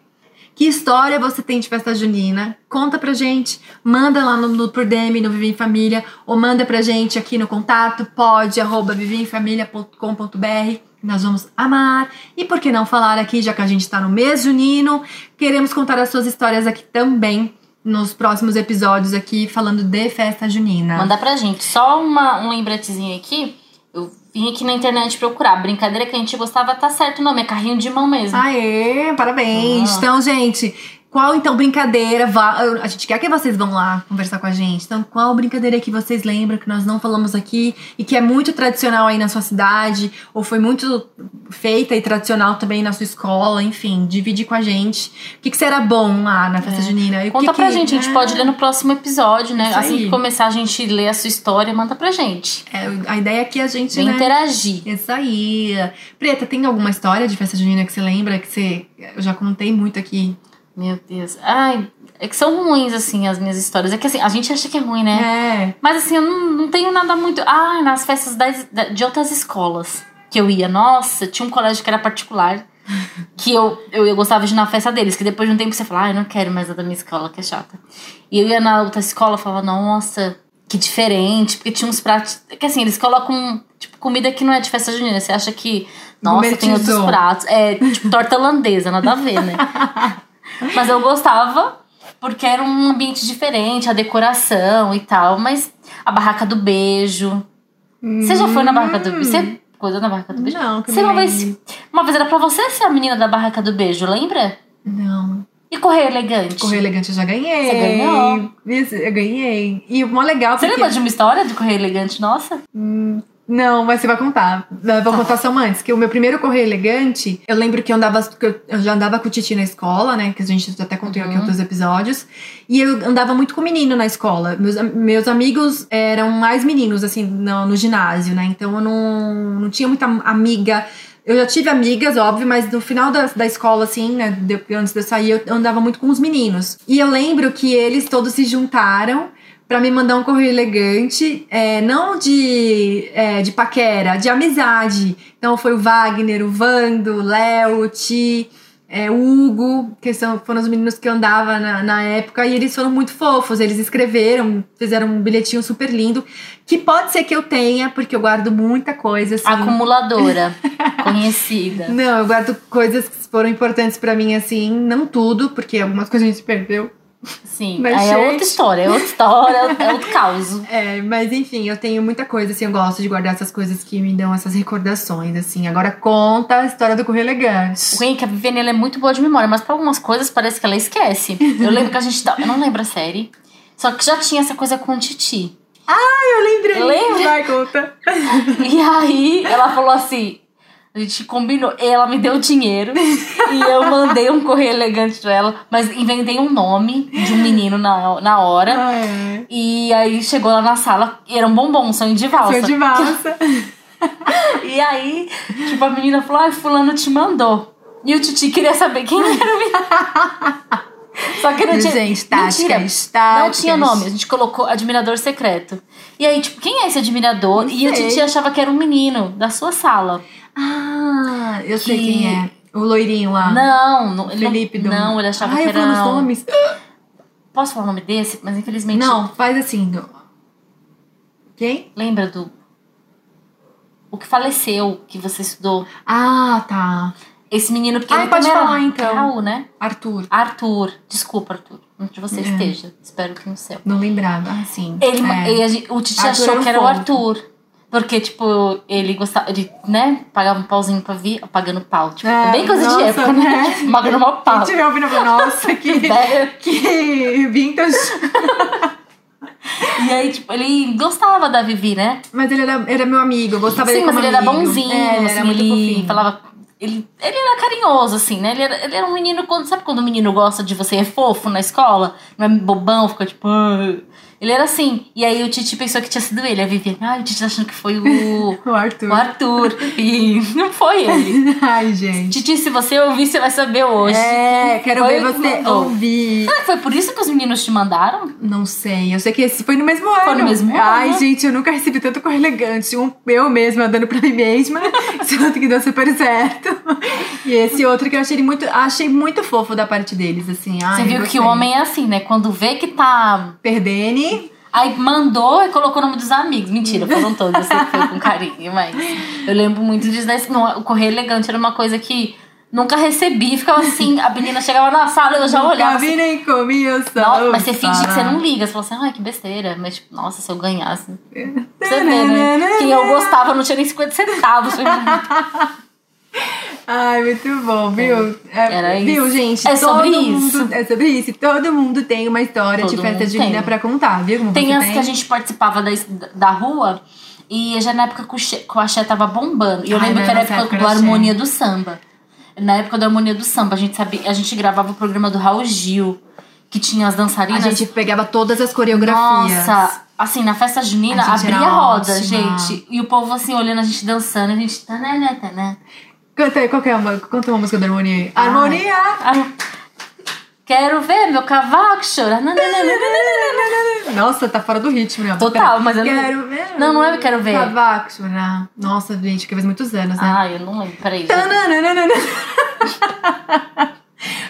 que história você tem de festa junina? Conta pra gente. Manda lá no, no por DM, no Vivi em Família, ou manda pra gente aqui no contato, pode, arroba viviemfamilia.com.br. Nós vamos amar. E por que não falar aqui, já que a gente tá no mês junino, queremos contar as suas histórias aqui também, nos próximos episódios aqui, falando de festa junina.
Mandar pra gente. Só uma, um lembretezinho aqui. Eu vim aqui na internet procurar. Brincadeira que a gente gostava, tá certo o nome. É carrinho de mão mesmo.
Aê, parabéns.
Ah.
Então, gente, qual então brincadeira? vá- A gente quer que vocês vão lá conversar com a gente. Então, qual brincadeira que vocês lembram que nós não falamos aqui e que é muito tradicional aí na sua cidade ou foi muito feita e tradicional também na sua escola? Enfim, divide com a gente. O que, que será bom lá na festa
É.
junina? E o
Conta
que
pra
que-
gente, a gente
É,
pode ler no próximo episódio, né?
Isso
assim
aí.
que começar a gente ler a sua história, manda pra gente.
é, a ideia é que a gente
Vem
né,
interagir.
Isso aí. Preta, tem alguma história de festa junina que você lembra? Que você. Eu já contei muito aqui.
Meu Deus. Ai, é que são ruins, assim, as minhas histórias. É que assim, a gente acha que é ruim, né?
É.
Mas assim, eu não, não tenho nada muito. Ah, nas festas das- da- de outras escolas que eu ia. Nossa, tinha um colégio que era particular. Que eu, eu, eu gostava de ir na festa deles, que depois de um tempo você fala, ah, eu não quero mais a da minha escola, que é chata. E eu ia na outra escola e falava, nossa, que diferente, porque tinha uns pratos. Que assim, eles colocam, tipo, comida que não é de festa junina. Você acha que, nossa, tem outros
Gourmetizou.
pratos. É, tipo, torta holandesa, nada a ver, né? Mas eu gostava, porque era um ambiente diferente, a decoração e tal. Mas a barraca do beijo. Você já foi na barraca
Hum.
do beijo? Você coisa na barraca do beijo?
Não, que eu
Você
me
uma vez.
lembre.
Uma vez era pra você ser a menina da barraca do beijo, lembra?
Não.
E correr elegante.
Correio Elegante eu já ganhei.
Você ganhou.
Isso, eu ganhei. E o mó legal
Você
porque...
lembra de uma história de correr elegante nossa?
Não, mas você vai contar. Eu vou contar só uma antes, que o meu primeiro correio elegante, eu lembro que eu andava, que eu- eu já andava com o Titi na escola, né? Que a gente até contou aqui em
Uhum.
outros episódios. E eu andava muito com menino na escola. Meus, am- meus amigos eram mais meninos, assim, no, no ginásio, né? Então eu não, não tinha muita amiga. Eu já tive amigas, óbvio, mas no final da, da escola, assim, né? de- antes de eu sair, eu- eu andava muito com os meninos. E eu lembro que eles todos se juntaram Pra me mandar um correio elegante, é, não de, é, de paquera, de amizade. Então foi o Wagner, o Vando, o Léo, o Ti, é, o Hugo, que são, foram os meninos que eu andava na, na época, e eles foram muito fofos. Eles escreveram, fizeram um bilhetinho super lindo, que pode ser que eu tenha, porque eu guardo muita coisa.
Ah,
Assim,
Acumuladora. conhecida.
não, eu guardo coisas que foram importantes pra mim, assim, não tudo, porque algumas coisas a gente perdeu.
Sim.
Mas,
Aí é
gente-
outra história, é outra história, é outro- é outro caos.
É, mas enfim, eu tenho muita coisa, assim, eu gosto de guardar essas coisas que me dão essas recordações, assim. Agora conta a história do Correio Elegante.
Quem que a Viviane ela é muito boa de memória, mas pra algumas coisas parece que ela esquece. Eu lembro que a gente. tá- Eu não lembro a série. Só que já tinha essa coisa com o Titi.
Eu lembrei.
Lembra?
Vai, conta.
E aí ela falou assim. A gente combinou, ela me deu dinheiro e eu mandei um correio elegante pra ela, mas inventei um nome de um menino na, na hora.
É.
E aí chegou lá na sala, e era um bombom, sonho de valsa.
Sou de massa.
E aí, tipo, a menina falou, ai, fulano te mandou. E o Titi queria saber quem era o menino. Só que não tinha...
Gente,
Mentira.
táticas, táticas.
Não tinha nome, a gente colocou admirador secreto. E aí, tipo, quem é esse admirador?
Não
e o
sei.
Titi achava que era um menino da sua sala.
Ah, eu sei
Que-
quem é. O loirinho lá.
Não, não, ele
Felipe
não,
do...
não, ele achava
Ai, eu
que era. um-
falo os nomes.
Posso falar o nome desse? Mas infelizmente.
Não, faz assim. do- Quem?
Lembra do. O que faleceu, que você estudou.
Ah, tá.
Esse menino porque
Ai,
ele
pode
também era
falar, então.
Raul, né?
Arthur.
Arthur. Desculpa, Arthur. Onde você
É.
esteja. Espero que no céu.
Não lembrava. Ah, sim.
Ele,
É.
e a gente- o Titi
Arthur era
achou
um
que era o
fofo.
Arthur. Porque, tipo, ele gostava. Ele, né? Pagava um pauzinho pra vir. Pagando pau. Tipo,
É,
bem coisa de
nossa,
época, né?
né?
Tipo, Pagando uma pau.
Quem tiver ouvindo pra nossa, que,
Velho.
que vintage.
E aí, tipo, ele gostava da Vivi, né?
Mas ele era, era meu amigo, eu gostava
Sim,
dele
mas
como
ele era
amigo.
bonzinho,
É, ele
assim,
era muito
ele
fofinho.
falava. Ele, ele era carinhoso, assim, né? Ele era, ele era um menino. Quando, sabe quando o menino gosta de você é fofo na escola? Não é bobão, fica tipo. "Ah". Ele era assim. E aí o Titi pensou que tinha sido ele. A Vivi, ah, o Titi tá achando que foi o,
O Arthur.
o Arthur. E não foi ele.
Ai, gente.
Titi, se você ouvir, você vai saber hoje.
É, quero
Foi
ver
o que
você
mandou.
ouvir.
Será que foi por isso que os meninos te mandaram?
Não sei, eu sei que esse foi no mesmo ano.
Foi no mesmo ano,
Ai,
né?
gente, eu nunca recebi tanto correio elegante. Um eu mesma dando pra mim mesma, sendo que deu super certo. E esse outro que eu achei ele muito, achei muito fofo da parte deles, assim. Ai,
você viu que
gostei.
o homem é assim, né? Quando vê que tá
Perdene.
Aí mandou e colocou o nome dos amigos. Mentira, foram todos. Eu sei que foi com carinho, mas eu lembro muito disso. né? Não, o correio elegante era uma coisa que nunca recebi. Ficava assim, a menina chegava na sala, eu já olhava.
Nunca
Assim,
vi Ah. nem comi, eu só
nossa, mas você
ouvi
finge que você
falar.
não liga. Você fala assim, ai, que besteira. Mas, tipo, nossa, se eu ganhasse. Pra Você vê, né?
Tananana.
Quem eu gostava não tinha nem 50 centavos. Foi muito-
Ai, muito bom, viu? É,
Era
Viu,
isso.
gente?
É sobre
todo mundo-
isso.
É sobre isso. Todo mundo tem uma história
Todo
de festa
mundo tem.
junina pra contar, viu? Como
Tem
você
as que a gente participava da, da rua. E já na época que o Xé- que o axé tava bombando. E eu
Ai,
lembro
né,
que era a
nessa
época,
época
do
era axé.
Harmonia do Samba. Na época do Harmonia do Samba, a gente, sabia, a gente gravava o programa do Raul Gil. Que tinha as
A
dançarinas.
gente pegava todas as coreografias.
Nossa! Assim, na festa junina,
A gente
abria
era
a roda,
ótima.
gente. E o povo, assim, olhando a gente dançando. A gente... Tanana, tanana.
Canta aí, qual que é uma, canta uma música da Harmonia aí.
Ai.
Harmonia!
Ah, Quero ver meu cavaco chorar. Nananana.
Nossa, tá fora do ritmo, né?
Total, mas eu não...
Quero ver.
Não, não é Quero Ver.
Cavaco chorar. Nossa, gente, que faz muitos anos, né?
Ah, eu não lembro. Peraí. gente.
Tananana.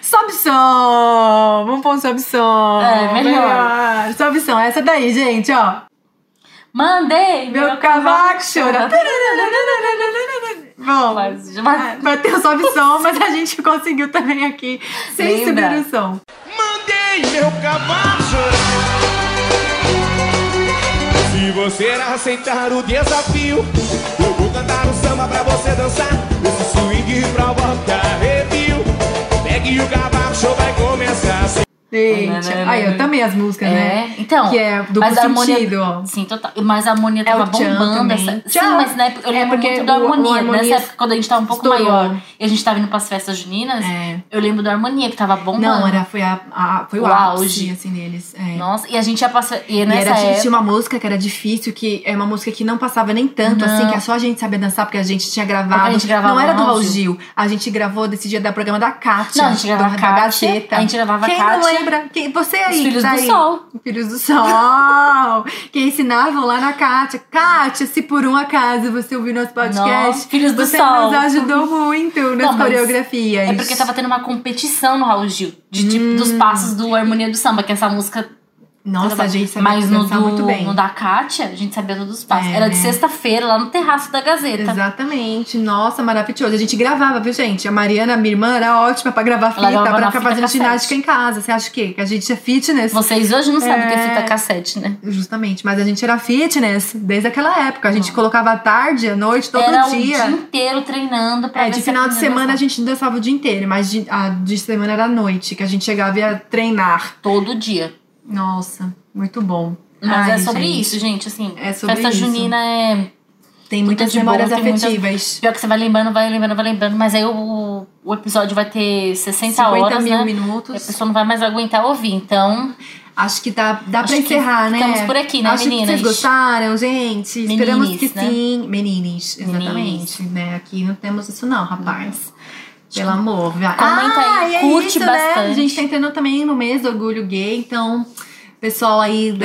Sobe som! Vamos pôr um sobe som.
É, melhor.
Sobe som, essa daí, gente, ó.
Mandei meu,
Meu cavaco chora.
chorar.
Bom,
Mas- mas-
ah, bateu só o som, mas a gente conseguiu também aqui sem
Lembra?
subir o som.
Mandei meu cavalo chorar. Se você aceitar o desafio, eu vou cantar o samba pra você dançar. Esse swing provoca arrepio. Pegue o cavalo, show vai começar.
Gente, aí eu também as músicas, né?
É, então.
Que é duplo
mas a harmonia-
sentido, ó. É
Sim, total. Mas a harmonia tava
o Tchan
bombando.
também.
Essa... Sim,
Tchan.
mas na época, eu
É,
lembro
porque
muito da
o- o
harmonia.
harmonia
Nessa época, quando a gente tava um pouco
estourou.
maior e a gente tava indo pras festas juninas,
É.
eu lembro da harmonia que tava bombando.
Não, era, foi, a, a- foi o,
O
auge,
auge.
assim, deles. É.
Nossa, e a gente ia passar. E
E
nessa
era, tinha-
época.
tinha uma música que era difícil, que é uma música que não passava nem tanto, assim, que é só a gente saber dançar, porque a gente tinha gravado.
Porque a gente gravava
não era do
no
Raul
áudio.
Gil. A gente gravou desse dia da programa da Kátia.
Não, a gente gravava
do- da
Kátia,
Gazeta.
a gente gravava
Quem não
Kátia,
lembra? Quem, você aí,
Os Filhos
tá
do
aí.
Sol.
Filhos do Sol! que ensinavam lá na Kátia. Kátia, se por um acaso você ouviu nosso podcast,
Nossa, Filhos do
você
Sol.
nos ajudou muito nas
Não, mas
coreografias.
É porque tava tendo uma competição no Raul Gil, de, tipo, dos passos do Harmonia do Samba, que essa música.
Hum. Nossa, a gente sabia
Mas no,
dançar
do,
muito bem.
no da Kátia, a gente sabia todos os passos.
É,
Era de
né?
sexta-feira, lá no terraço da Gazeta.
Exatamente. Nossa, maravilhoso. A gente gravava, viu, gente? A Mariana, minha irmã, era ótima pra gravar fita,
gravava
pra
na
ficar
fita
fazendo
cassete.
ginástica em casa. Você acha o quê? Que a gente é fitness?
Vocês hoje não sabem o que é
É.
fita cassete, né?
Justamente, mas a gente era fitness desde aquela época. A gente colocava à tarde, à noite, todo
Era
dia.
o dia inteiro treinando pra
É,
ver
de
se
final de
aprendeu a
semana a
dançar.
gente dançava o dia inteiro, mas de, a de semana era à noite, que a gente chegava e ia treinar.
Todo dia.
Nossa, muito bom.
Mas
Ai,
é sobre
gente,
isso, gente, assim.
É sobre
festa
isso.
junina é.
Tem muitas
de bom,
memórias
tem muitas-
afetivas.
Pior que você vai lembrando, vai lembrando, vai lembrando. Mas aí o, o episódio vai ter 60 horas,
mil
né?
minutos.
E a pessoa não vai mais aguentar ouvir. Então,
Acho que dá, dá
Acho
pra
que
encerrar, né?
ficamos por aqui, né,
Acho
meninas?
que vocês gostaram, gente. Esperamos que
Meninis, né?
sim. Meninis,
Meninis.
exatamente. Né? Aqui não temos isso, não, rapaz. Pelo amor. vai-
Comenta
ah,
aí,
e é
curte
isso, Né?
bastante.
A gente tá entrando também no mês do orgulho gay, então. Pessoal aí do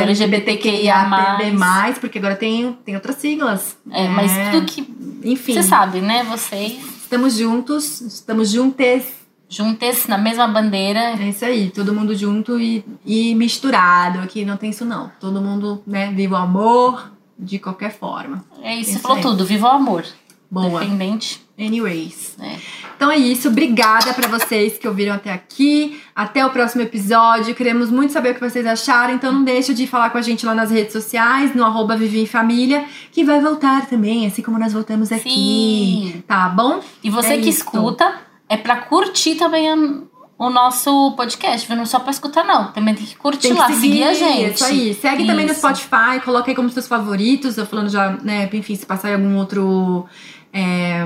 LGBTQIAPB+, porque agora tem, tem outras siglas.
é,
né?
mas tudo que.
Enfim,
Você sabe, né? Vocês
estamos juntos, estamos juntas.
juntas na mesma bandeira.
É isso aí, todo mundo junto e, e misturado. Aqui não tem isso, não. Todo mundo, né, vive o amor de qualquer forma.
É isso,
Isso
você falou
aí.
tudo. Viva o amor.
Boa.
Independente.
Anyways.
É.
Então é isso. Obrigada pra vocês que ouviram até aqui. Até o próximo episódio. Queremos muito saber o que vocês acharam. Então não deixa de falar com a gente lá nas redes sociais, no arroba Vivi em Família, que vai voltar também, assim como nós voltamos aqui.
Sim.
Tá bom?
E você
É
que
isso.
escuta, é pra curtir também a- o nosso podcast, viu? Não só pra escutar, não. Também tem que curtir
Tem que
lá, seguir, a gente.
Isso aí. Segue também no
Isso.
Spotify, coloca aí como seus favoritos. Eu falando já, né? Enfim, se passar em algum outro. É,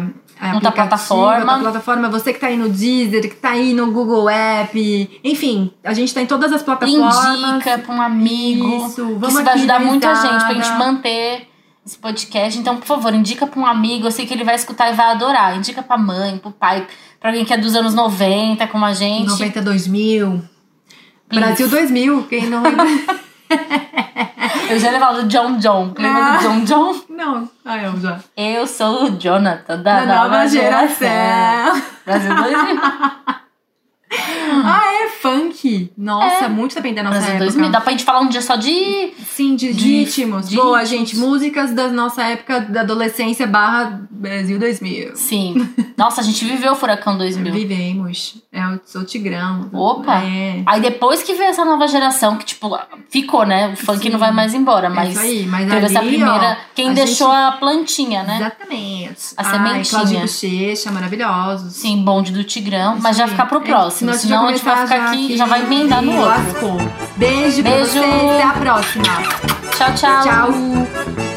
Outra
aplicativo,
plataforma.
outra plataforma. Você que tá aí no Deezer, que tá aí no Google App. Enfim, a gente tá em todas as plataformas.
Indica pra um amigo.
Isso,
que
vamos aqui
Isso
né?
vai ajudar
dar
muita
risada.
gente pra gente manter esse podcast. Então, por favor, indica pra um amigo. Eu sei que ele vai escutar e vai adorar. Indica pra mãe, pro pai, pra alguém que é dos anos 90, como a gente.
92 mil.
Please.
Brasil 2000, quem não é?
Eu já levava o John John. Lembra
Ah.
do John John?
Não, ah, eu já.
Eu sou o Jonathan da,
Da nova geração.
Brasil 2000.
Ah, é funk. Nossa, muito também da nossa
É. Brasil
época.
2000. Dá pra gente falar um dia só de
Sim, de, de
De-
ritmos.
de
Boa,
ritmos.
gente. Músicas da nossa época da adolescência barra Brasil 2000.
Sim. Nossa, a gente viveu o Furacão 2000.
Vivemos. É o sou tigrão.
Opa!
É.
Aí depois que veio essa nova geração, que tipo, ficou, né? O funk
Sim.
não vai mais embora,
É
mas
isso aí. Mas
teve
ali,
essa primeira.
ó,
quem
a
deixou
gente-
a plantinha, né?
Exatamente.
A
Ai,
sementinha.
Claudinho Bochecha, maravilhosos.
Sim, bonde do Tigrão.
Isso
Mas já
aí.
ficar pro
É,
próximo.
senão
senão a gente vai
começar
ficar aqui, já vai emendar no
Ih,
outro.
Lascou. Beijo, pra
Beijo.
vocês. Até a próxima.
Tchau, tchau.
Tchau.